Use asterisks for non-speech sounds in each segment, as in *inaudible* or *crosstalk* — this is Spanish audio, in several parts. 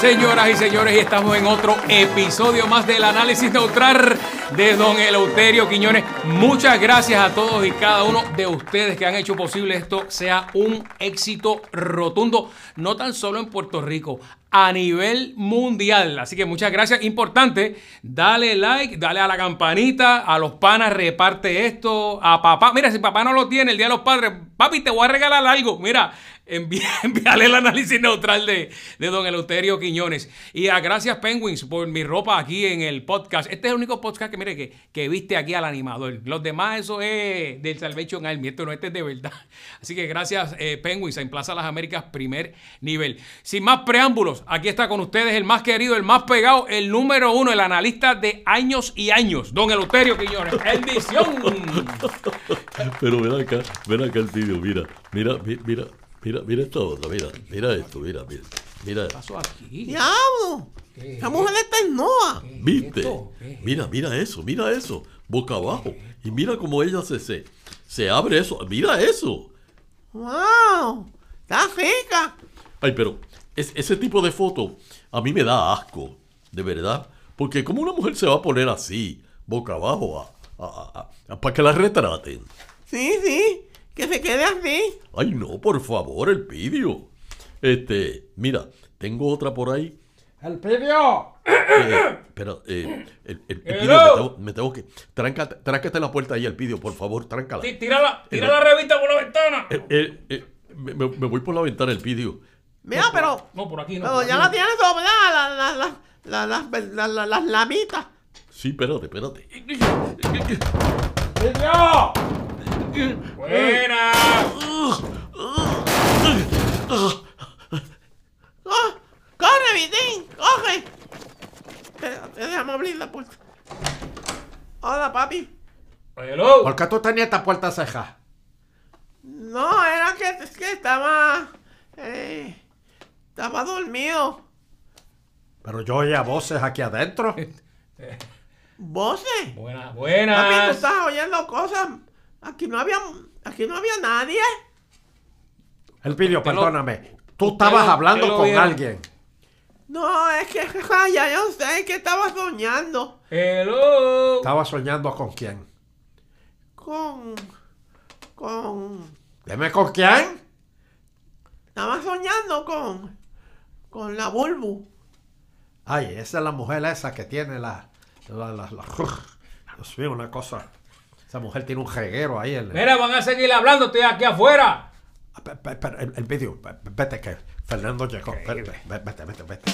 Señoras y señores, y estamos en otro episodio más del análisis neutral de Don Eleuterio Quiñones. Muchas gracias a todos y cada uno de ustedes que han hecho posible esto sea un éxito rotundo, no tan solo en Puerto Rico, a nivel mundial. Así que muchas gracias. Importante, dale like, dale a la campanita, a los panas reparte esto, a papá. Mira, si papá no lo tiene el Día de los Padres, papi, te voy a regalar algo. Mira, *laughs* envíale el análisis neutral de, de don Eleuterio Quiñones. Y a gracias Penguins por mi ropa aquí en el podcast. Este es el único podcast que, mire, que, que viste aquí al animador. Los demás, eso es del Salvation Army. Esto no, este es de verdad. *laughs* Así que gracias eh, Penguins en Plaza Las Américas, primer nivel. Sin más preámbulos, aquí está con ustedes el más querido, el más pegado, el número uno, el analista de años y años, don Eleuterio Quiñones. ¡Edición! Pero ven acá, ven acá el tío, mira, mira, mi- mira, mira, mira esta onda, mira, mira esto, mira, mira, mira, Pasó aquí. ¡Diablo! La mujer está en Noa. viste, esto? ¿Qué es mira, mira eso, mira eso, boca abajo, y mira cómo ella se, se, se abre eso, mira eso. ¡Wow! Está rica. Ay, pero es- ese tipo de foto a mí me da asco, de verdad, porque como una mujer se va a poner así, boca abajo, a- a- a- a- para que la retraten. Sí, sí. Que se quede así. Ay, no, por favor, el pidio. Este, mira, tengo otra por ahí. ¡El pidió! Eh, Espera, eh, el, el- el Hello. pidio, me tengo, me tengo que. Tráncate, tráncate la puerta ahí al pidio, por favor, tráncala. Ti- Tira la, tira la revista por la ventana. Eh, eh, eh, me, me- me voy por la ventana el pidio. Mira, pero. No, por aquí no. Pero por ya aquí la no. tiene doblada, la- la- la- la- las la- la- las lamitas. Sí, espérate, espérate. ¡Buena! ¡Oh! ¡Corre, Vitín! ¡Corre! Espera, Déjame abrir la puerta. Hola, papi. ¡Hello! ¿Por qué tú tenías esta puerta ceja? No, era que, es que estaba. eh, estaba dormido. Pero yo oía voces aquí adentro. *laughs* ¿Voces? Buena, Papi, tú buenas. estás oyendo cosas. Aquí no había, aquí no había nadie. Elpidio, Usted lo- perdóname. Tú usted estabas lo- hablando usted lo con vieron. alguien. No, es que ja, ya yo sé que estaba soñando ¡Hello! Estabas soñando con quién. con, con, Dime con quién. estaba soñando con, con la Bulbu. Ay, esa es la mujer esa que tiene la. la, la, *laughs* la- Dios mío, una cosa. Esa mujer tiene un reguero ahí. En el... Ah, Mira, van a seguir hablando, estoy aquí afuera. Pe- pe- pe- el- Elpidio, ve- ve- vete que Fernando llegó. Ve- ve- Vete, vete, vete.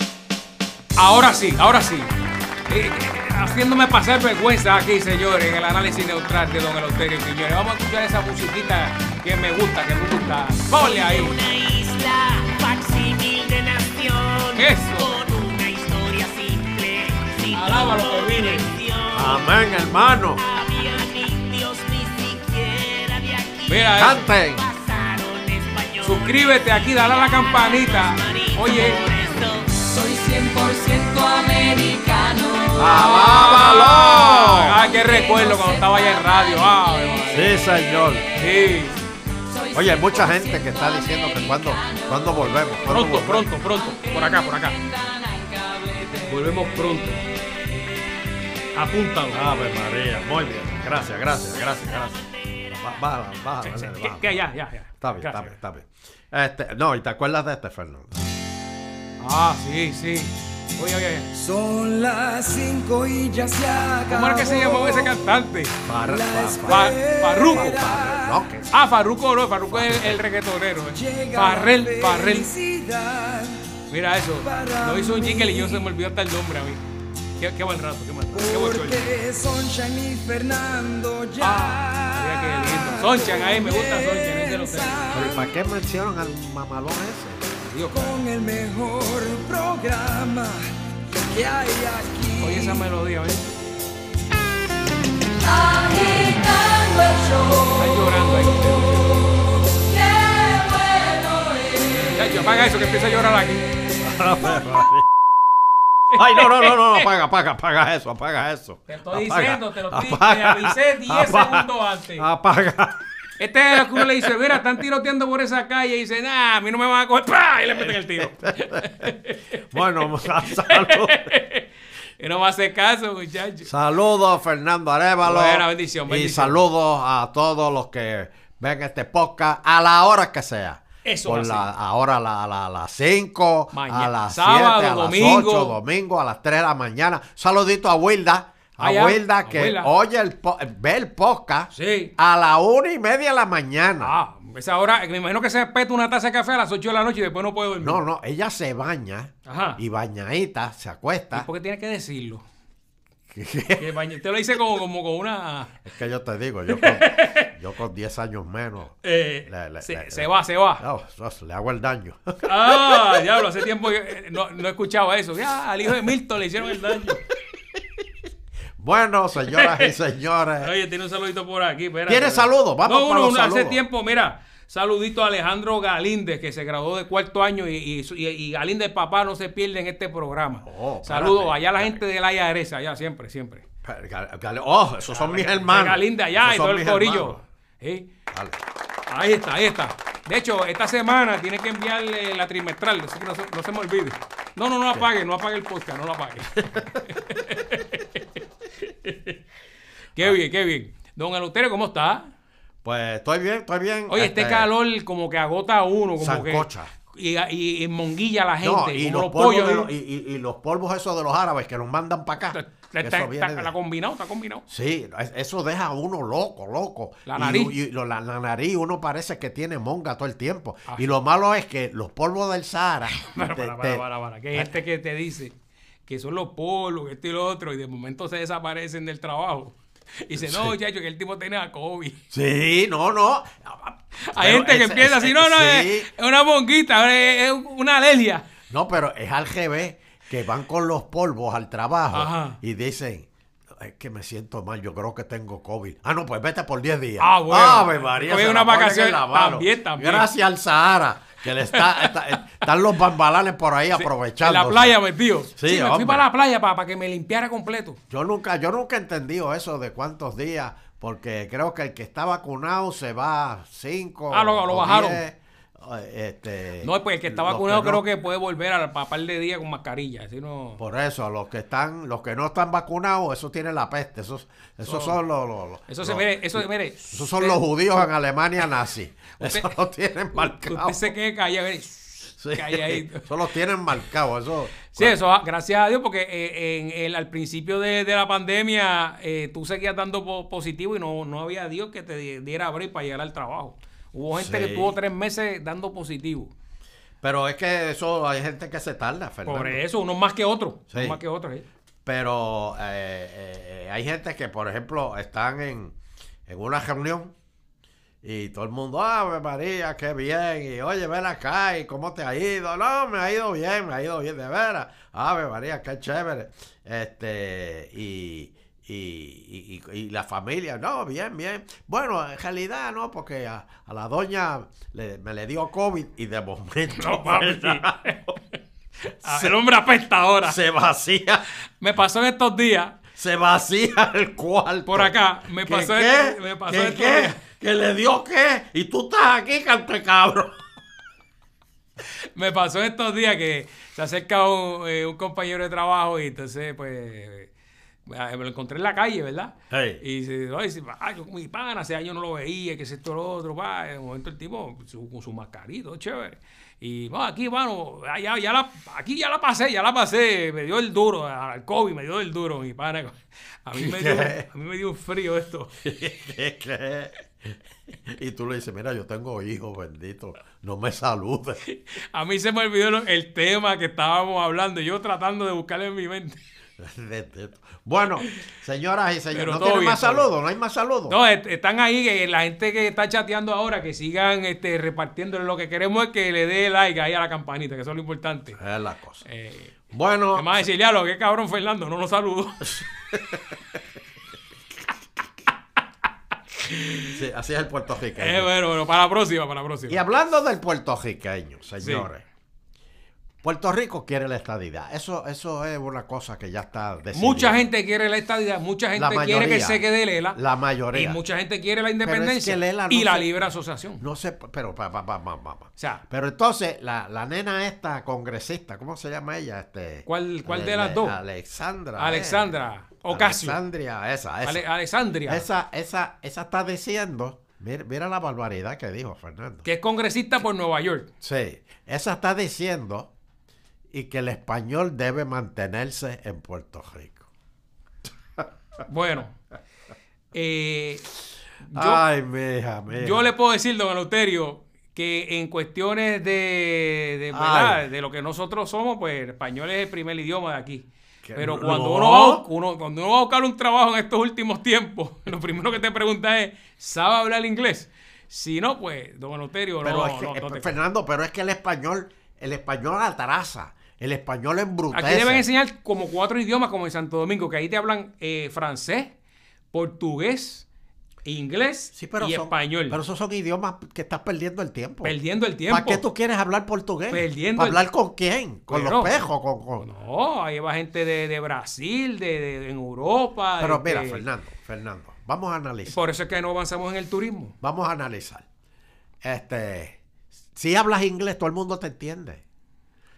Ahora sí, ahora sí. Eh, eh, haciéndome pasar vergüenza aquí, señores, en el análisis neutral de Don Eleuterio Quiñones. Vamos a escuchar esa musiquita que me gusta, que me gusta. ¡Ponle De ahí! una isla, facsímil de nación. Eso. Con una historia simple. sin Alaba lo que viene. convicción. Amén, hermano. Habían indios ni siquiera de aquí. Mira eh. eso. Canten. Pasaron españoles. Suscríbete aquí, dale a la campanita. Oye. Por eso Soy 100% americano. ¡Ah, qué recuerdo cuando estaba allá en radio! ¡Ah, Sí, señor. sí! Oye, hay mucha gente que está diciendo que cuando, cuando volvemos. ¿Cuándo Pronto, volvemos? pronto, pronto. Por acá, por acá. Volvemos pronto. Apúntalo. Ave María, muy bien. Gracias, gracias, gracias, gracias. Ba- Baja, baja, Sí, sí, baja, que- baja. que ya, ya, ya. Está bien, Gracias. está bien, está bien. Este, no, y te acuerdas de este, Fernando. Ah, sí, sí. Oye, oye, oye. Son las cinco y ya se acabó. ¿Cómo era que se llamaba ese cantante? Para, Fa- Farruco. no, que- Ah, Farruco no, Farruco es el, el reggaetonero. eh. Llega Farrell, la Farrell. felicidad Mira eso. Lo hizo un jingle y yo se me olvidó hasta el nombre a mí. Qué, qué mal rato, qué mal rato. Qué bochorno. Porque Sunshine y Fernando ya. Ah, mira qué lindo. Sunshine ahí, me gusta Sunshine, ese lo sé. pero ¿y ¿Para qué mencionan al mamalón ese? Dios. Con el mejor programa que hay aquí. Oye esa melodía, ¿ves? Agitando el show. Está llorando ahí. Qué bueno es. Ya, yo, apaga eso que empieza a llorar aquí. Ay, no, no, no, no, no, apaga, apaga, apaga eso, apaga eso. Te estoy Apaga, diciendo, te lo estoy- apaga, te avisé 10 apaga, segundos antes. Apaga. Ah. Este es lo que uno le dice, mira, están tiroteando por esa calle y dice, nah, a mí no me van a coger. ¡Pra! Y le meten el tiro. *laughs* Bueno, *laughs* saludo, Y no va a hacer caso, muchachos. saludos a Fernando Arevalo. Buena bendición, Y bendición. saludos a todos los que ven este podcast a la hora que sea. Eso va Por a la, ahora a la- la- a las 5, Mañana, a las 7, sábado, a las domingo. 8, domingo, a las 3 de la mañana. Saludito a Wilda. A Allá, a Wilda que Wilda. oye el po- ve el podcast Sí. a la una y media de la mañana. Ah, esa hora, me imagino que se peta una taza de café a las 8 de la noche y después no puede dormir. No, no, ella se baña Ajá. y bañadita *laughs* se acuesta. *laughs* Porque tiene que decirlo. Que bañe- Te lo dice como, como con una. Es que yo te digo, yo con, yo con 10 años *laughs* menos. eh, Le- le- se, le- se le- va, se va. no, eso- le hago el daño. Ah, diablo, hace tiempo que eh, no, no escuchaba eso. Ya, al hijo de Milton le hicieron el daño. Bueno, señoras *laughs* y señores. Oye, tiene un saludito por aquí. espérate. ¿Tiene saludo? Vamos no, para uno, los uno, hace saludos. tiempo, mira, saludito a Alejandro Galíndez, que se graduó de cuarto año y, y, y- y Galíndez, papá, no se pierde en este programa. Oh, Saludos espérate. allá a la gente de la IARES, allá siempre, siempre. Gal- Gal- Oh, esos son mis hermanos. Galíndez allá Esos y son todo el mis corillo. hermanos. Sí. Dale. Ahí está, ahí está. De hecho, esta semana tiene que enviarle la trimestral, así que no se, no se me olvide. No, no, no apague, no apague el podcast, no lo *laughs* apague. qué Ah. bien, qué bien. Don Eleuterio, ¿cómo está? Pues estoy bien, estoy bien. Oye, este, calor como que agota a uno, como Sancocha. que. Y, y, y monguilla a la gente, No, y como los, polvos de ¿eh? los- y, y- y los polvos esos de los árabes que los mandan para acá. Está- está- Eso viene está- de- la combinado, está combinado. Sí, es- eso deja a uno loco, loco. La Y- nariz. Y, lo- la, la nariz, uno parece que tiene monga todo el tiempo. Ah. Y lo malo es que los polvos del Sahara. *laughs* Para, te- para, para, te- para, para. Que hay gente que te dice que son los polos, que esto y lo otro, y de momento se desaparecen del trabajo. Y dice, no, chacho, que el tipo tenía COVID. Sí, no, no. Hay Pero gente que ese- empieza ese- así, no, no, sí. es, es una monguita, es, es una alergia. No, pero es al revés, que van con los polvos al trabajo Ajá. y dicen, es que me siento mal, yo creo que tengo COVID. Ah, no, pues vete por 10 días. Ah, bueno. Ave María, Coge se una la ponen en vacación. la mano. También, también. Gracias al Sahara, que le está, *laughs* está- están los bambalanes por ahí En aprovechando. la playa metido. Sí, Sí, me fui hombre. para la playa para, para que me limpiara completo. Yo nunca, yo nunca he entendido eso de cuántos días, porque creo que el que está vacunado se va 5. Ah, lo- lo bajaron. Este, No, pues el que está los vacunado no- creo que puede volver al papá de día con mascarilla. Así no. Por eso, los que están, los que no están vacunados, eso tiene la peste. Esos, esos son los, los- los- Oh. Eso se los- mire, eso se mire. esos son los judíos *laughs* en Alemania nazi. Usted- Eso los tienen Usted marcados. se quede callado. mire, Sí, calladito. Eso los tienen marcados. Eso, Sí, eso, ah, gracias a Dios, porque eh, en el- al principio de, de la pandemia eh, tú seguías dando po- positivo y no, no había Dios que te di- diera abrir para llegar al trabajo. Hubo gente que Sí. tuvo tres meses dando positivo. Pero es que eso hay gente que se tarda, Fernando. Por eso, unos más que otros. Sí. Unos más que otros. eh. Pero eh, eh, hay gente que, por ejemplo, están en, en una reunión y todo el mundo, "Ah, ¡Ave María, qué bien! Y oye, ven acá, ¿y cómo te ha ido? No, me ha ido bien, me ha ido bien, de veras. ¡Ave María, qué chévere! Este, y, y, y- y- y la familia, no, bien, bien. Bueno, en realidad no, porque a, a la doña le- me le dio COVID y de momento *laughs* Ah, el hombre apesta ahora. se vacía, Me pasó en estos días. se vacía *laughs* el cuarto. Por acá, me ¿Qué, pasó qué? esto- me pasó ¿Qué, esto qué? de- ¿Que le dio qué? Y tú estás aquí, cante cabrón. Me pasó en estos días que se acerca un, eh, un compañero de trabajo y entonces, pues, eh, me lo encontré en la calle, ¿verdad? Hey. Y dice, ay, sí, ay, yo con mi pana, hace años no lo veía, que es esto, lo otro, pa. En un momento el tipo, su- con su mascarito, chévere. Y, va, aquí, mano, ah, ya, ya la, aquí ya la pasé, ya la pasé. Me dio el duro, al COVID me dio el duro, mi pana. A mí me dio, ¿Qué? a mí me dio un frío esto. ¿Qué, qué? Y tú le dices, mira, yo tengo hijos, bendito, no me saludes. *laughs* A mí se me olvidó lo- el tema que estábamos hablando, yo tratando de buscarlo en mi mente. Bendito. Bueno, señoras y Pero señores, ¿no todo tiene bien, más todo bien. saludos? ¿No hay más saludos? No, est- están ahí, que la gente que está chateando ahora, que sigan este, repartiéndole. Lo que queremos es que le dé like ahí a la campanita, que eso es lo importante. Es la cosa. Eh, Bueno, ¿Qué más decirle a lo que cabrón Fernando? No nos *laughs* saludo. sí, así es el Eh, puertorriqueño. bueno, bueno, para la próxima, para la próxima. Y hablando del puertorriqueño, señores, Puerto Rico quiere la estadidad. Eso, eso es una cosa que ya está decidida. Mucha gente quiere la estadidad, mucha gente La quiere que mayoría. se quede Lela. La mayoría. Y mucha gente quiere la es independencia que Lela no y la se- libre asociación. No sé, pero pa, pa, pa, pa, pa, pa. O sea- pero entonces la, la nena esta congresista, ¿cómo se llama ella? Este, ¿Cuál- cuál Ale- de las dos? Alexandra. eh. Alexandra Ocasio. Alexandria, esa, esa. Ale- ah, Alexandria, esa, esa, esa está diciendo, mira, mira la barbaridad que dijo Fernando. que es congresista por Nueva York. Sí, esa está diciendo y que el español debe mantenerse en Puerto Rico. Bueno, eh, yo, Ay, mija, mija. yo le puedo decir, don Eleuterio, que en cuestiones de, de, ¿verdad? Ay. de lo que nosotros somos, pues el español es el primer idioma de aquí. Que Pero no. cuando uno, va, a- uno- cuando uno va a buscar un trabajo en estos últimos tiempos, *laughs* lo primero que te pregunta es, ¿sabe hablar inglés? Si no, pues, don Eleuterio, Pero no, es que- no, no te- eh, Fernando, pero es que el español, el español atrasa, el español embrutece. Aquí deben enseñar como cuatro idiomas, como en Santo Domingo, que ahí te hablan eh, francés, portugués, inglés Sí, pero y son- español. Pero esos son idiomas que estás perdiendo el tiempo. Perdiendo el tiempo. ¿Para qué tú quieres hablar portugués? Perdiendo ¿Para el- hablar con quién? ¿Con Pero- los pejos? ¿Con, con- No, Oh, ahí va gente de, de Brasil, de, de- en Europa. Pero este, mira, Fernando, Fernando, vamos a analizar. Por eso es que no avanzamos en el turismo. Vamos a analizar. Este, si hablas inglés, todo el mundo te entiende.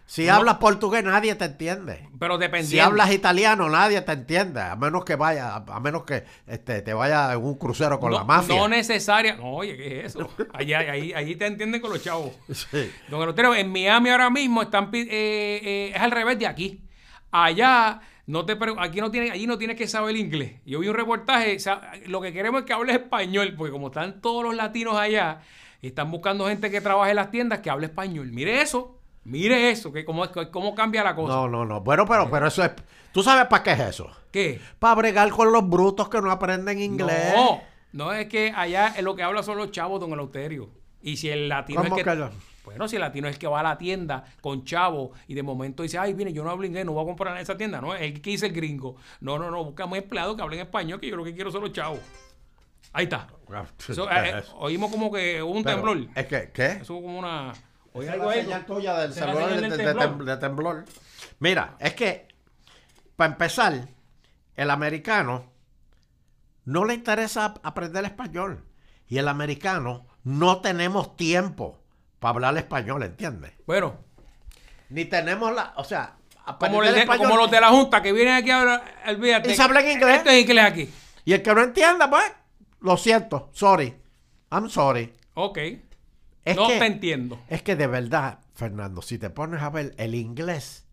Si hablas portugués, nadie te entiende. Pero dependiendo. Si hablas italiano, nadie te entiende, a menos que vaya, a- a menos que este, te vaya en un crucero con no, la mafia. No necesaria. No, oye, ¿qué es eso? Allá, ahí, ahí te entienden con los chavos. *laughs* Sí. Don Eleuterio, en Miami ahora mismo están pi- eh, eh, es al revés de aquí. Allá no te pre- aquí no tienes allí no tienes que saber inglés. Yo vi un reportaje, o sea, lo que queremos es que hables español, porque como están todos los latinos allá, están buscando gente que trabaje en las tiendas que hable español. Mire eso, mire eso, que cómo, es- cómo cambia la cosa. No, no, no. Bueno, pero, pero eso es. ¿Tú sabes para qué es eso? ¿Qué? Para bregar con los brutos que no aprenden inglés. No, no es que allá lo que habla son los chavos, don Eleuterio. Y si el latino ¿Cómo es que, que no? bueno, si el latino es el que va a la tienda con chavo y de momento dice, ay, mire, yo no hablo inglés, no voy a comprar en esa tienda, no, es que dice el gringo. No, no, no, buscamos empleados que hablen español, que yo lo que quiero son los chavos. Ahí está. Eso, eh, eh, oímos como que hubo un Pero, temblor. Es que, ¿qué? Eso como una. Oí Esa algo es ahí. la señal tuya del Esa es la celular señal de, del de- de- temblor. de temblor. Mira, es que, para empezar, el americano no le interesa ap- aprender español. Y el americano no tenemos tiempo para hablar español, ¿entiendes? Bueno, Ni tenemos la. O sea, como, aprender el de- español- como los de la Junta que vienen aquí a hablar, olvídate. Y se hablan inglés. Esto este es inglés aquí. Y el que no entienda, pues, lo siento, sorry. I'm sorry. Ok. Es no que, te entiendo. Es que de verdad, Fernando, si te pones a ver, el inglés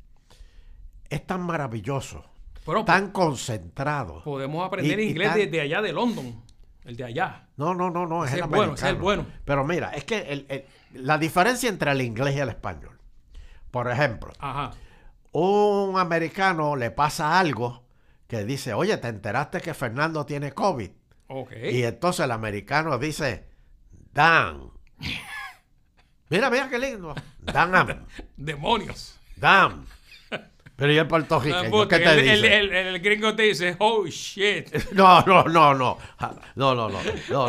es tan maravilloso, Pero tan concentrado. pues, podemos aprender y- y inglés tan- desde allá de London. El de allá. No, no, no, no, es Ese el es bueno, americano. ese es el bueno. Pero mira, es que el- el- la diferencia entre el inglés y el español. Por ejemplo, Ajá. un americano le pasa algo que dice, oye, ¿te enteraste que Fernando tiene COVID? Ok. Y entonces el americano dice, *laughs* Dan. Mira, mira qué lindo. Dan, Demonios. Dan. Pero y el Ah, puertorriqueño, puta, ¿qué te el, el- dice? el- el gringo te dice, oh shit. *laughs* No, no, no, no. No, no, no. no,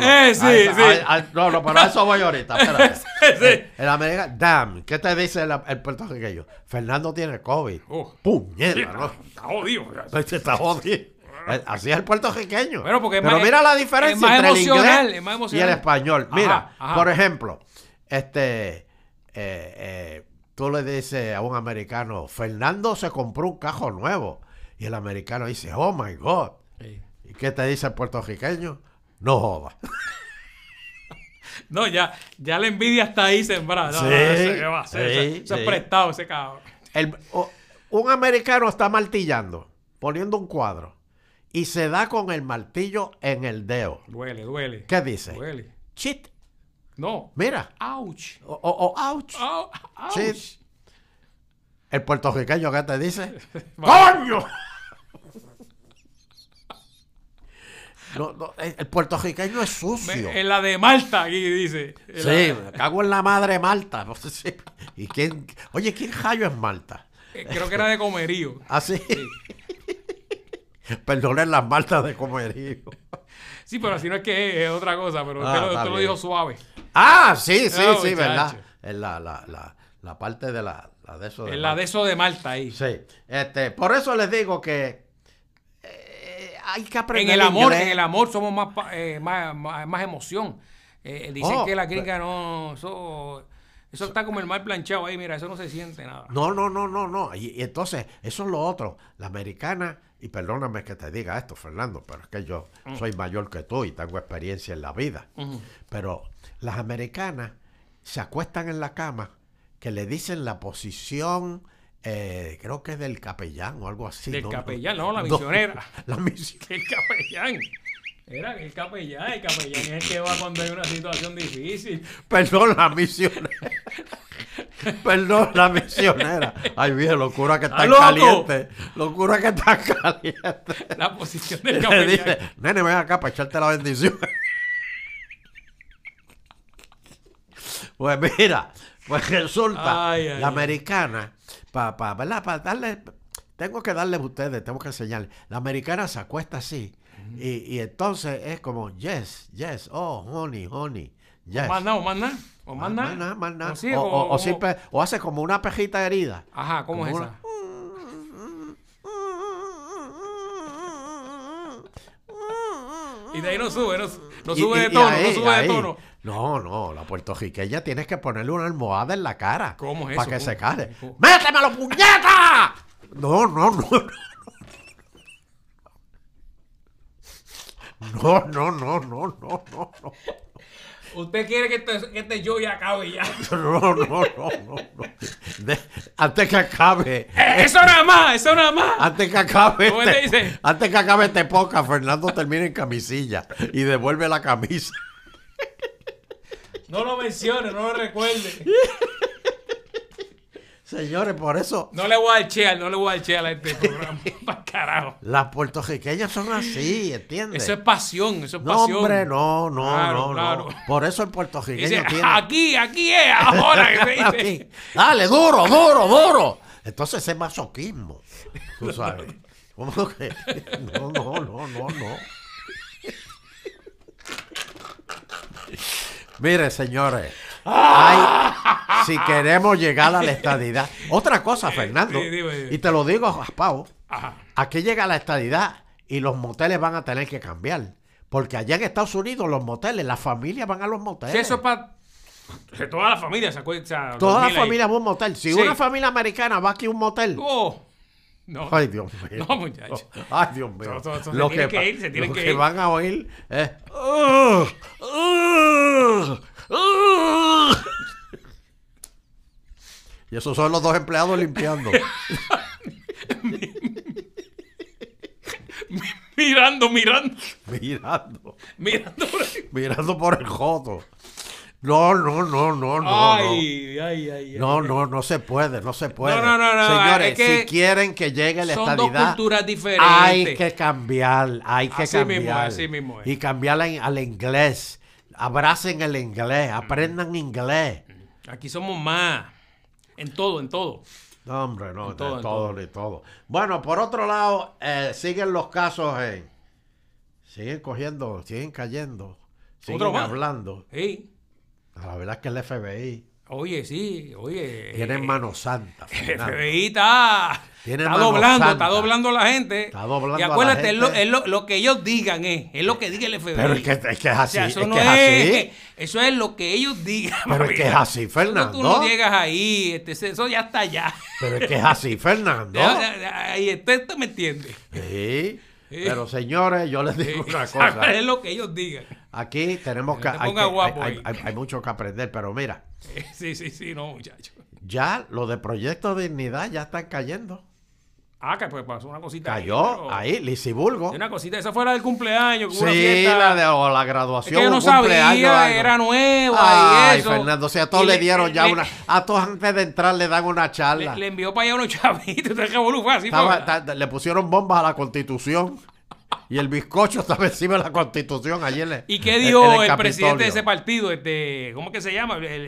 *laughs* no. Eh, sí, A esa- sí. a- a- no, no, pero a eso voy ahorita. Espérate. *laughs* sí. El americano, damn, ¿qué te dice el, el puertorriqueño? Fernando tiene COVID. Oh. Puñeta, ¿no? Está jodido. Se está jodido. Eh, Así es el puertorriqueño. Bueno, porque es Pero más- e- mira la es diferencia más entre el emocional, inglés es más y el emocional. español. Ajá, Mira, ajá. por ejemplo, este, eh, eh, tú le dices a un americano, Fernando se compró un cajo nuevo. Y el americano dice, oh my God. Sí. ¿Y qué te dice el puertorriqueño? No jodas. No, ya, ya la envidia está ahí sembrada. No, Sí, no, eso qué va a hacer, sí, eso- eso es sí. prestado ese cabrón. El- o- un americano está martillando, poniendo un cuadro, y se da con el martillo en el dedo. Duele, duele. ¿Qué dice? Duele. Chit. No. Mira. Ouch. O, o- o, ouch. Au- ouch. Chit. El puertorriqueño que *laughs* te dice, ¡Coño! No, no, el el puertorriqueño es Me- sucio. en la de Malta aquí dice. En Sí, la- me cago en la madre Malta. No sé si- ¿Y quién? Oye, ¿quién rayo es Malta? eh, creo que era de comerío. Así. *laughs* Perdonen las maltas de comerío. Sí, pero así no es que es, es otra cosa, pero Ah, usted, lo, está usted lo bien. dijo suave. Ah, sí, sí, Ah, sí, muchacho. verdad. Es la, la, la, la parte de la, la de eso. de El la de eso de Malta ahí. Sí. Este, por eso les digo que eh, hay que En aprender. el amor, inglés. en el amor somos más, pa- eh, más, más, más emoción. Eh, dicen Oh, que la gringa no, eso, eso está como el mal planchado ahí, mira, eso no se siente nada. No, no, no, no, no. Y, y entonces, eso es lo otro. La americana, y perdóname que te diga esto, Fernando, pero es que yo Mm. soy mayor que tú y tengo experiencia en la vida. Pero las americanas se acuestan en la cama que le dicen la posición, eh, creo que es del capellán o algo así. Del capellán, no, la misionera. *laughs* la misión. *laughs* El capellán. Era el capellán, el capellán es el que va cuando hay una situación difícil. Perdón, la misionera. Perdón, la misionera. Ay, viejo, locura que está ¡Está loco! caliente. Locura que está caliente. La posición del *laughs* Le capellán. dice, nene, ven acá para echarte la bendición. pues mira, pues resulta, Ay, ay, la ay. americana, para pa, ¿verdad? Pa darle, tengo que darles a ustedes, tengo que enseñarles. La americana se acuesta así. Y, y entonces es como, yes, yes, oh, honey, honey, yes. Más nada, o más nada. O Más más nada. nada, más nada. O sí, O- o- o- o o- simple- o hace como una pejita herida. Ajá, ¿cómo es Como esa? Y de ahí no sube, no, no Y- sube y- de y tono, ahí, no sube de ahí. tono. No, no, la puertorriqueña tienes que ponerle una almohada en la cara. ¿Cómo es Para eso? que se ¿Cómo? cale. ¿Cómo? ¡Métemelo, puñeta! No, no, no, no. No, no, no, no, no, no, no. Usted quiere que este, que este yo ya acabe ya. No, no, no, no, no. De- antes que acabe. ¡Eh, eso nada más, eso nada más. Antes que acabe ¿Cómo este, te dice? antes que acabe este podcast, Fernando termina en camisilla y devuelve la camisa. *laughs* No lo mencione, no lo recuerde. Señores, por eso No le voy a chear, no le voy a chear a este *laughs* programa. Pa' carajo. Las puertorriqueñas son así, ¿entiendes? Eso es pasión, eso es no, pasión. hombre, no, no, Claro, no, no. claro. Por eso Y dice, el "Ah, puertorriqueño tiene. aquí, aquí es, ahora que se Aquí. dice. Dale, duro, duro, duro. Entonces ese es masoquismo. Tú sabes. ¿Cómo que? No, no, no, no, no. Mire, señores. hay- si queremos llegar a la estadidad. Otra cosa, Fernando. sí, dime, dime. Y te lo digo, Raspao. Ajá. Aquí llega la estadidad y los moteles van a tener que cambiar. Porque allá en Estados Unidos los moteles, las familias van a los moteles. Sí, eso es para toda la familia, ¿se acuerda? O sea, eh. Toda la dormir ahí. familia va a un motel. Si Sí. una familia americana va aquí a un motel. Oh, no. Ay, Dios mío. No, muchacho. *laughs* Ay, Dios mío. Todo, todo, todo. Se Lo tienen va- que ir, se tienen lo que que ir. van a oír es. "Ah, "Ugh, ugh, ugh". ah". Y esos son los dos *laughs* empleados limpiando. *laughs* Mirando, mirando, mirando. mirando por *laughs* ahí. Mirando por el joto. No, no, no, no, no. no. Ay, ay, ay. No, no, no se puede, no se puede. No, no, no, no, Señores, es que si quieren que llegue la son dos estadidad, culturas diferentes. hay que cambiar, hay que Así mismo cambiar. es, así mismo es. Y cambiar en- al inglés. Abracen el inglés, aprendan inglés. Aquí somos más. En todo, en todo. No, hombre, no, En de todo, todo, en de todo. todo, Bueno, por otro lado, eh, siguen los casos, eh, siguen cogiendo, siguen cayendo, siguen Otro más. hablando. Sí. La verdad es que el FBI Oye, sí, oye. tiene mano santa. Eh, *laughs* El Fernando. FBI está, Tiene está mano doblando, santa. está doblando a la gente. Está doblando y a la acuérdate, es lo- gente. es lo, lo que ellos digan, es, es lo que diga el FBI. Pero es que, es que es O así, sea, eso es no que es es, así. eso es lo que ellos digan. Pero papi. es que es así, Eso no- Fernando. Tú no llegas ahí, este, eso ya está allá. Pero es que es así, Fernando. Ahí usted me entiende. Sí. Sí. Pero señores, yo les digo *laughs* una cosa. Es lo que ellos digan. Aquí tenemos que. te Hay, pongas que- guapo hay- ahí. hay- hay mucho que aprender, pero mira, Eh, Sí, sí, sí, no, muchachos. ya lo de Proyecto Dignidad ya están cayendo. Ah, que pues pasó una cosita. ahí, Cayó pero- ahí, Lisibulgo. Una cosita, esa fue la del cumpleaños. que hubo una Sí, fiesta. la de o la Es graduación. que yo no un cumpleaños, sabía, algo. era nueva y Ay, eso. Fernando, si a Y todos le le- dieron ya le- una. A todos antes de entrar le dan una charla. Le, le envió para allá unos *laughs* chavitos, entonces revolú fue así. Estaba- fue, ¿verdad? ta- le pusieron bombas a la constitución y el bizcocho estaba encima de la constitución ayer. le- ¿Y qué en- dijo en el, Capitolio. presidente de ese partido? Este, ¿Cómo que se llama? El, el-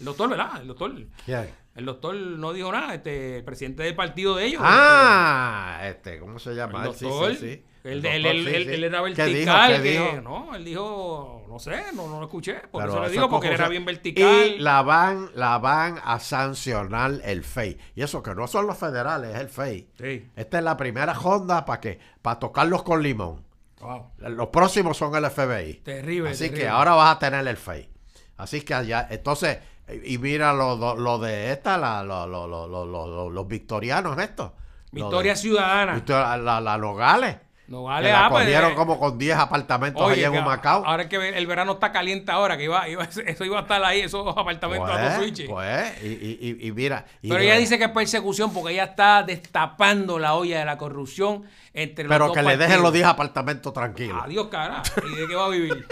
el doctor, ¿verdad? El doctor. ¿Quién? El doctor no dijo nada, este, el presidente del partido de ellos. Ah, este, ¿cómo se llama? El él? Sí, doctor. sí, sí. El, El el, doctor, el, sí, el- sí. él era ¿Qué dijo? vertical. ¿Qué que- dijo? No, él dijo, no sé, no, no lo escuché. Por Claro, eso le esas digo, porque él cosas. era bien vertical. Y la van, la van a sancionar el FEI. Y eso que no son los federales, es el FEI. Sí. Esta es la primera Honda para que para tocarlos con limón. Wow. Los próximos son el FBI. Terrible, Así que terrible. ahora vas a tener el FEI. Así que allá, entonces, y y mira lo, lo, lo de esta, la- lo- lo- lo- lo- lo- lo- los victorianos estos. Lo Victoria de- Ciudadana. Victoria- la, la Nogales. Nogales, que la ah, pues, cogieron eh, como con 10 apartamentos Oye, allá en que Humacao. ahora que el verano está caliente ahora, que iba, iba- eso iba a estar ahí, esos apartamentos a dos switches. pues, pues, y, y- y- y mira. y Pero de- ella dice que es persecución porque ella está destapando la olla de la corrupción entre los pero dos que le dejen partidos. los 10 apartamentos tranquilos. Adiós, cara. ¿Y de qué va a *laughs* vivir?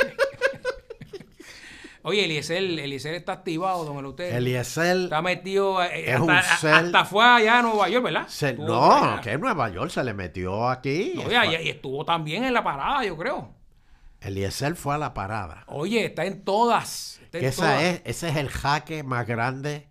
Oye, Eliezer, Eliezer está activado, don Eleuterio. Eliezer. Está metido. eh, Es hasta, un a- ser- hasta fue allá a Nueva York, ¿verdad? se- Estuvo por no, allá. que en Nueva York se le metió aquí. No, y, y estuvo también en la parada, yo creo. Eliezer fue a la parada. Oye, está en todas. está en Que todas. esa es, ese es el jaque más grande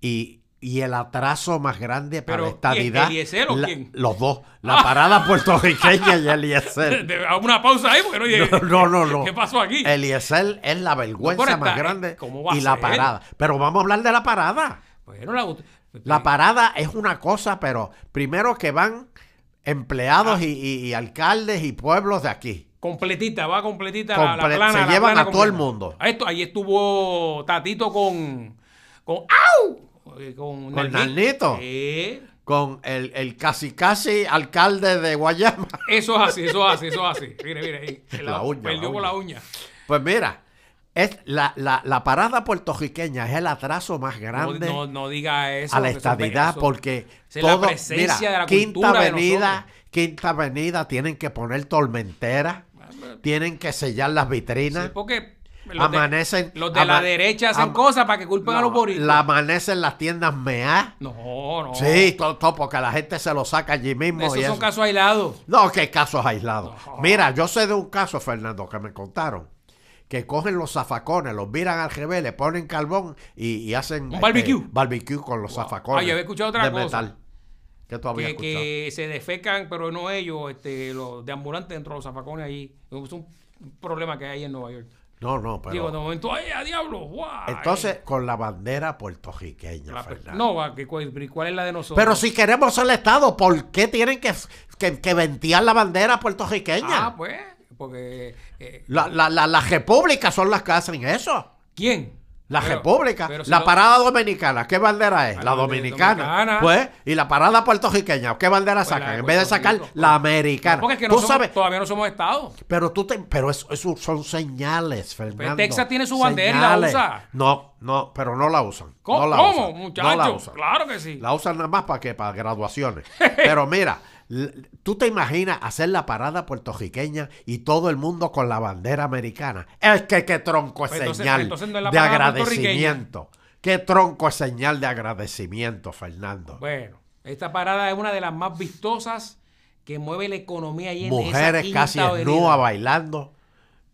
y, y el atraso más grande para Pero, la estadidad. ¿quién? ¿Eliezer o La- quién? Los *laughs* dos. La parada puertorriqueña y Eliezer. De- Haz una pausa ahí, porque no, oye, *laughs* No, no, no. ¿Qué pasó aquí? Eliezer es la No, vergüenza pero más está- eh, grande ¿cómo va a y la ser? parada. Pero vamos a hablar de la parada. Bueno, la, pues, La parada es una cosa, pero primero que van empleados Ah. y, y- y alcaldes y pueblos de aquí. completita, va completita la- la, Comple- plana. se la llevan plana a todo el completa. mundo. Ahí, estu- ahí estuvo Tatito con. con ¡Au! Eh, Con, Con Nalnito. Nalnito. Sí. Con el, el casi casi alcalde de Guayama. Eso es así, eso es así, eso es así. Mire, mire. ahí, que La uña, Perdió la con la uña. Pues mira, es la, la- la parada puertorriqueña es el atraso más No, grande no, no diga eso. a la que eso- estadidad eso- porque esa es la todo, presencia mira, de la Quinta cultura de Avenida, nosotros. Quinta Avenida tienen que poner tormentera, tienen que sellar las vitrinas. Sí, porque. los de- amanecen los de la ama- derecha hacen am- cosas para que culpen a los No, boricuas. La amanecen las tiendas mea. No, no. Sí, todo, todo, porque la gente se lo saca allí mismo. Esos y son eso. casos aislados. No, que casos aislados. No. Mira, yo sé de un caso, Fernando, que me contaron. Que cogen los zafacones, los miran al revés, le ponen carbón y, y hacen. este, Un barbecue. Barbecue con los zafacones. Ah, yo había escuchado otra de cosa. metal. ¿Qué tú habías que, escuchado? que se defecan, pero no ellos, este, los de ambulantes dentro de los zafacones ahí. Es un problema que hay en Nueva York. No, no, pero. Digo, de momento, ¡ay, a diablo! ¡Guau! entonces, con la bandera puertorriqueña, La- Fernando. no, va, que cuál, cuál es la de nosotros? Pero si queremos ser el Estado, ¿por qué tienen que, que, que ventear la bandera puertorriqueña? Ah, pues, porque... eh, La- la- la- las repúblicas son las que hacen eso. ¿Quién? La Pero- república. pero si la no- parada dominicana, ¿qué bandera es? Ah, la la de- dominicana. dominicana. Pues, y la parada puertorriqueña, ¿qué bandera pues, la de sacan? En vez de Puerto sacar Rico. la americana. No, porque es que no tú somos- sabes, todavía no somos Estado. pero tú te, pero eso, eso son señales, Fernando. Pues Texas tiene su bandera y la Señales. usa. No, no, pero no la usan. ¿Cómo, no la cómo, usan. muchachos? No la usan. claro que sí. La usan nada más para que para graduaciones. *laughs* Pero mira, l- tú te imaginas hacer la parada puertorriqueña y todo el mundo con la bandera americana. Es que qué tronco es Pues entonces- señal entonces no es la de parada agradecimiento. Qué tronco es señal de agradecimiento, Fernando. Bueno, esta parada es una de las más vistosas que mueve la economía ahí en esa Mujeres quinta casi avenida. desnudas bailando,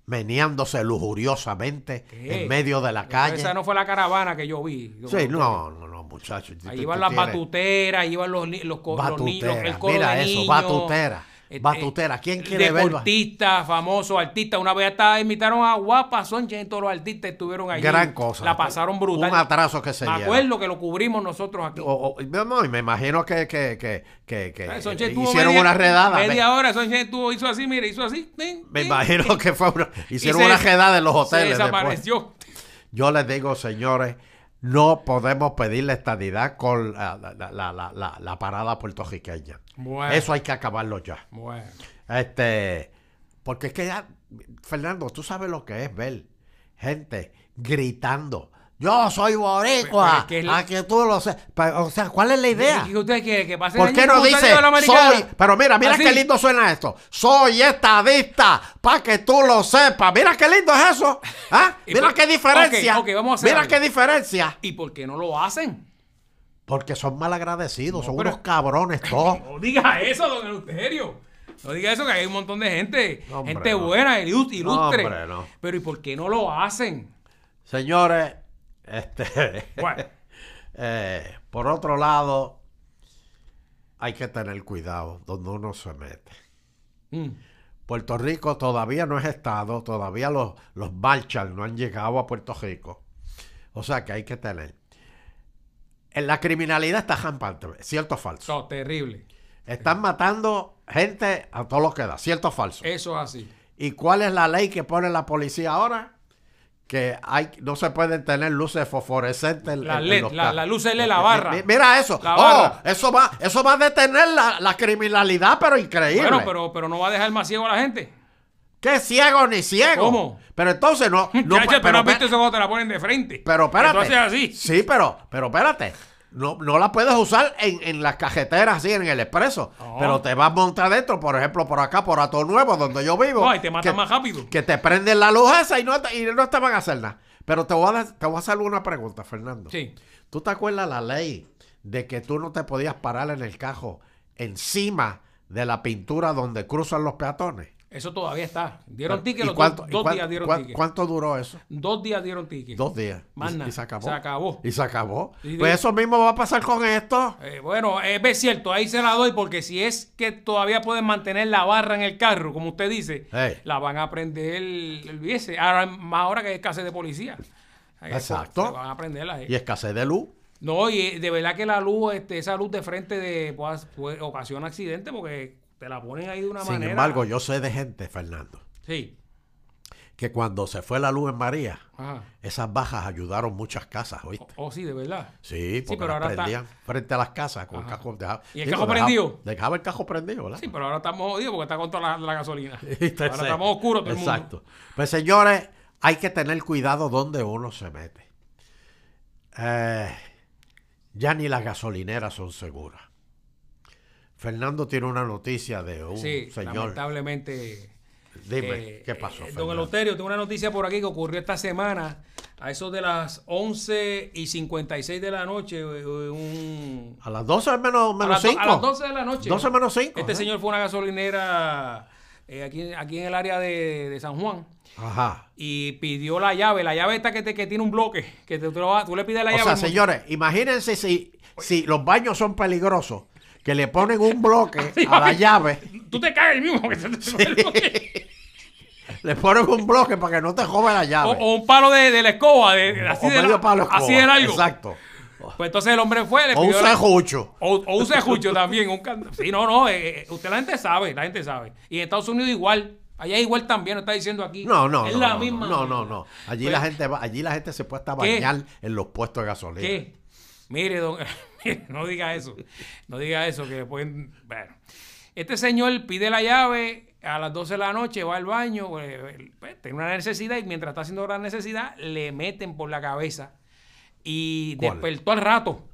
meneándose lujuriosamente ¿Qué? en medio de la calle. Esa no fue la caravana que yo vi. Sí, no, no, no, muchachos. Ahí Tú- iban tú las tienes- batuteras, ahí iban los, ni- los, co- los ni- los- Batutera, el eh, coro mira de eso, niños, batutera, batutera. ¿Quién quiere ver? Deportistas, famosos, artistas. Una vez hasta invitaron a Guapa Soncha y todos los artistas estuvieron allí. Gran cosa. La pasaron brutal. Un atraso que se Me lleva. acuerdo que lo cubrimos nosotros aquí. O- o- no, no, y me imagino que, que, que, que, que Eh, eh, Sonche tuvo hicieron media- una redada. Me, Media hora, Sonche estuvo, hizo así, mire, hizo así. tin, me tin, imagino tin. que fue una, *laughs* Y hicieron se- una redada en los Se hoteles. después. desapareció. Yo les digo, señores, no podemos pedir la estadidad con la, la- la- la- la- la parada puertorriqueña. Bueno. Eso hay que acabarlo ya. Bueno. Este, porque es que ya, Fernando, tú sabes lo que es ver gente gritando. Yo soy Pero- pero es boricua, que es la- a que tú lo sé. O sea, ¿cuál es la idea? ¿Y qué usted quiere? ¿Que pase ¿Por el qué año no como dice salió de la americana? soy? Pero mira, mira Así. qué lindo suena esto. Soy estadista, para que tú lo sepas. Mira qué lindo es eso. ¿Ah? *laughs* Y Mira por- qué diferencia. Ok, ok, vamos a hacer mira algo. qué diferencia. ¿Y por qué no lo hacen? Porque son malagradecidos, son pero- unos *laughs* cabrones todos. No diga eso, don Eleuterio. No diga eso, que hay un montón de gente. No, hombre, gente no. buena, ilu- ilustre. hombre, no. Pero ¿y por qué no lo *laughs* hacen? Señores, este, *laughs* Bueno, eh, por otro lado, hay que tener cuidado donde uno se mete. Mm. Puerto Rico todavía no es Estado, todavía los, los Marshall no han llegado a Puerto Rico. O sea que hay que tener. En la criminalidad está rampante, cierto o falso. No, terrible. Están matando gente a todo lo que da, cierto o falso. Eso es así. ¿Y cuál es la ley que pone la policía ahora? Que hay, no se pueden tener luces fosforescentes en, La en- en LED, los la- carros. la luz LED, la barra. Mi- Mira eso. La Oh, barra. eso va, eso va a detener la, la criminalidad, pero increíble. Bueno, pero, pero no va a dejar más ciego a la gente. ¿Qué ciego ni ciego? ¿Cómo? Pero *laughs* entonces no. *laughs* no Chacho, pero, pero, has visto eso cuando te la ponen de frente. pero espérate. Entonces así. Sí, pero, pero espérate. No, no la puedes usar en, en las cajeteras, así, en el expreso. No. Pero te vas a montar dentro, por ejemplo, por acá, por Ato Nuevo, donde yo vivo. No, y te matan que- más rápido. Que te prenden la luz esa y no, te- y no te van a hacer nada. Pero te voy, a, dar- te voy a hacer una pregunta, Fernando. Sí. ¿Tú te acuerdas la ley de que tú no te podías parar en el cajo encima de la pintura donde cruzan los peatones? Eso todavía está. Dieron ticket ¿Y los cuánto- dos, y dos cuán- días dieron cuán- ticket. ¿Cuánto duró eso? Dos días dieron ticket. Dos días. Más y, nada. y se acabó. Se acabó. Y se acabó. Y pues de- eso mismo va a pasar con esto. Eh, bueno, eh, es cierto, ahí se la doy porque si es que todavía pueden mantener la barra en el carro, como usted dice, Ey. la van a prender el, el viese. Ahora, más ahora que hay escasez de policía. Ahí se- Exacto. se van a prenderla. eh. Y escasez de luz. No, y eh, de verdad que la luz, este, esa luz de frente de, pues, pues, ocasiona accidentes porque te la ponen ahí de una Sin manera. embargo, yo sé de gente, Fernando, Sí. que cuando se fue la luz en María, Ajá. esas bajas ayudaron muchas casas, ¿oíste? Oh, sí, de verdad. Sí, porque pero las ahora está- prendían frente a las casas con el Ajá. cajo. Dejaba, ¿Y el digo, cajo dejaba- prendido? Dejaba el cajo prendido, ¿verdad? Sí, pero ahora estamos jodidos porque está con toda la, la gasolina. *laughs* Está ahora seco. estamos oscuros todo el mundo. Exacto. Pues señores, hay que tener cuidado donde uno se mete. Eh, ya ni las gasolineras son seguras. Fernando tiene una noticia de un sí, señor. lamentablemente. Dime, eh, ¿qué pasó? eh, don Fernando? Eleuterio, tengo una noticia por aquí que ocurrió esta semana. A eso de las 11 y 56 de la noche, eh, eh, un... a las 12 menos, a, menos las do- 5. a las 12 de la noche. 12 menos 5. Este señor fue a una gasolinera eh, aquí, aquí en el área de, de San Juan Ajá. y pidió la llave. La llave esta que, te, que tiene un bloque, que te, tú, lo vas- tú le pides la O llave. sea, al mon- señores, imagínense si, si los baños son peligrosos, que le ponen *laughs* un bloque a la llave, Tú te caes el mismo. que te- te- *laughs* le ponen un bloque para que no te joven la o, llave. o un palo de, de la escoba, de, de- así, O de, medio la- palo así escoba. de largo. Exacto. Pues entonces el hombre fue, le O un pidió la- cejucho. O, o un cejucho también. Un can- Sí, no, no. eh, eh, usted la gente sabe, la gente sabe. Y en Estados Unidos igual. Allá igual también, no está diciendo aquí. No, no, Es no, la no, misma. no, no, no. Allí Pues, la gente va, allí la gente se puede hasta ¿Qué? bañar en los puestos de gasolina. ¿Qué? Mire, don, *laughs* mire, no diga eso. No diga eso, que después. Bueno. Este señor pide la llave a las 12 de la noche, va al baño, eh, pues, tiene una necesidad y mientras está haciendo la necesidad, le meten por la cabeza. Y ¿Cuál? despertó al rato.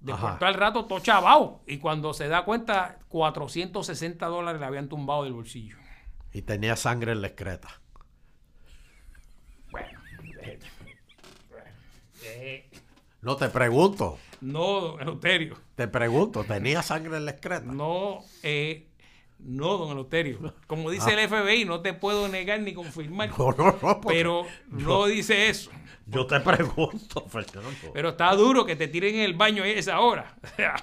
Despertó Ajá. al rato todo chavao. Y cuando se da cuenta, 460 dólares le habían tumbado del bolsillo. Y tenía sangre en la excreta. No te pregunto, Eh. No, don Eleuterio. te pregunto, tenía sangre en la excreta. No, eh, no, don Eleuterio. Como dice el FBI, no te puedo negar ni confirmar. *laughs* Ah. No, no, no, pues, porque- pero no dice eso. Yo te pregunto, *laughs* Fernando. Pero está duro que te tiren en el baño a esa hora. *laughs* O sea,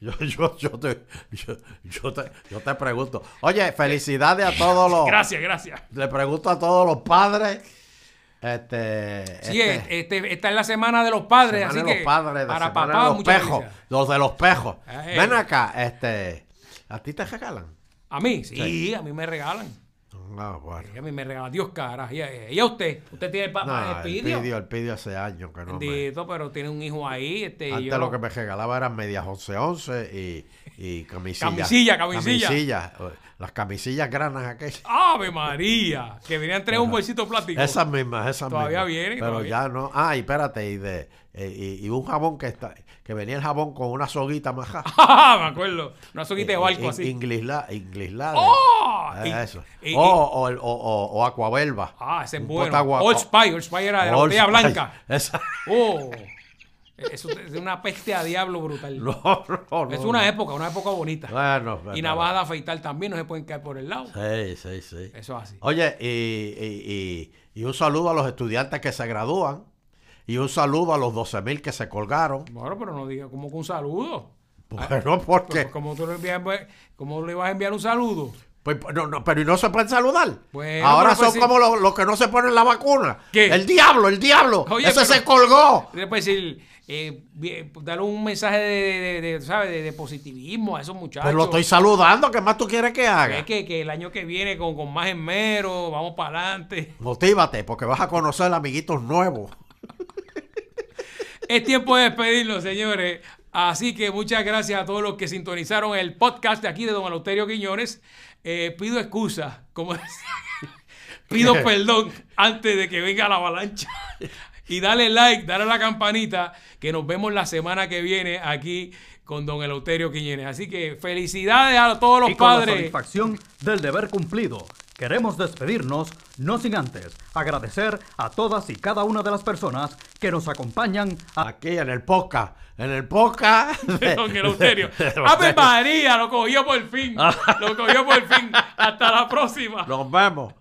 Yo, yo, yo, te, yo, yo te, yo te pregunto. Oye, felicidades a todos los. gracias, gracias. Le pregunto a todos los padres. Este. Sí, este, este, esta es la semana de los padres, Semana así de que los padres, de para Semana de papá, los muchas pejos, gracias. Ah, eh. los de los pejos. Ey. Ven acá, este, ¿a ti te regalan? A mí, sí, a mí me regalan. No, pues, bueno. Sí, A mí me regalan. Dios, cara. Y a, y a usted, usted tiene el No, papá el de Ah, pues, Espidio. pidio, el pidio hace años que no me... Bendito, pero tiene un hijo ahí. Este, Antes yo lo no- que me regalaba eran medias 11-11 y, y camisillas. Camisilla, camisilla. Camisillas, eh, Las camisillas granas aquellas. ¡Ave María! Que venían tres un bolsito plástico. *laughs* Esas mismas, esas Todavía mismas. vienen, Pero todavía. ya no. Ah, y espérate, y, de, eh, y, y un jabón que está, que venía el jabón con una soguita maja. Ah, me acuerdo. Una soquita *laughs* de barco In- así. English, la, English Lager. ¡Oh! Ah, Y- eh, Eso. y- o, o, el- o, o, o Aquavelva. Ah, ese es Un bueno. potagua- Old Spy. Old Spy era de la Old botella Spice. *laughs* blanca. Esa- ¡Oh! Eso es una peste a diablo brutal. No, no, no, es una no. época, una época bonita. Bueno, y bueno. navaja de afeitar también, no se pueden caer por el lado. Sí, sí, sí. Eso es así. Oye, y, y, y, y un saludo a los estudiantes que se gradúan. Y un saludo a los 12.000 que *laughs* se colgaron. Bueno, pero no diga como que un saludo. Bueno, porque. pues, Pero ¿Cómo tú le envías- cómo le vas a enviar un saludo? Pues, no, no, pero y no se pueden saludar. Bueno, Ahora pero pues son sí. como los, los que no se ponen la vacuna. ¿Qué? El diablo, el diablo. Oye, Ese pero- se colgó. Le puedes decir, eh, bien, dar un mensaje de, de- de- de, ¿sabes? de- de positivismo a esos muchachos. Pues lo estoy saludando. ¿Qué más tú quieres que haga? Es que, que el año que viene con, con más esmero, vamos para adelante. Motívate, porque vas a conocer amiguitos nuevos. Es tiempo de despedirnos, señores. Así que muchas gracias a todos los que sintonizaron el podcast de aquí de Don Eleuterio Quiñones. Eh, pido excusa, como decía. *laughs* *laughs* Pido perdón antes de que venga la avalancha. Y dale like, dale a la campanita, que nos vemos la semana que viene aquí con Don Eleuterio Quiñones. Así que felicidades a todos los y con la padres. satisfacción del deber cumplido. Queremos despedirnos, no sin antes agradecer a todas y cada una de las personas que nos acompañan a Aquí en el podcast. En el *laughs* podcast. de- Don *laughs* Eleuterio. de- de- Ah. ¡Ave María! Lo cogió por fin. Lo cogió por fin. Hasta la próxima. Nos vemos.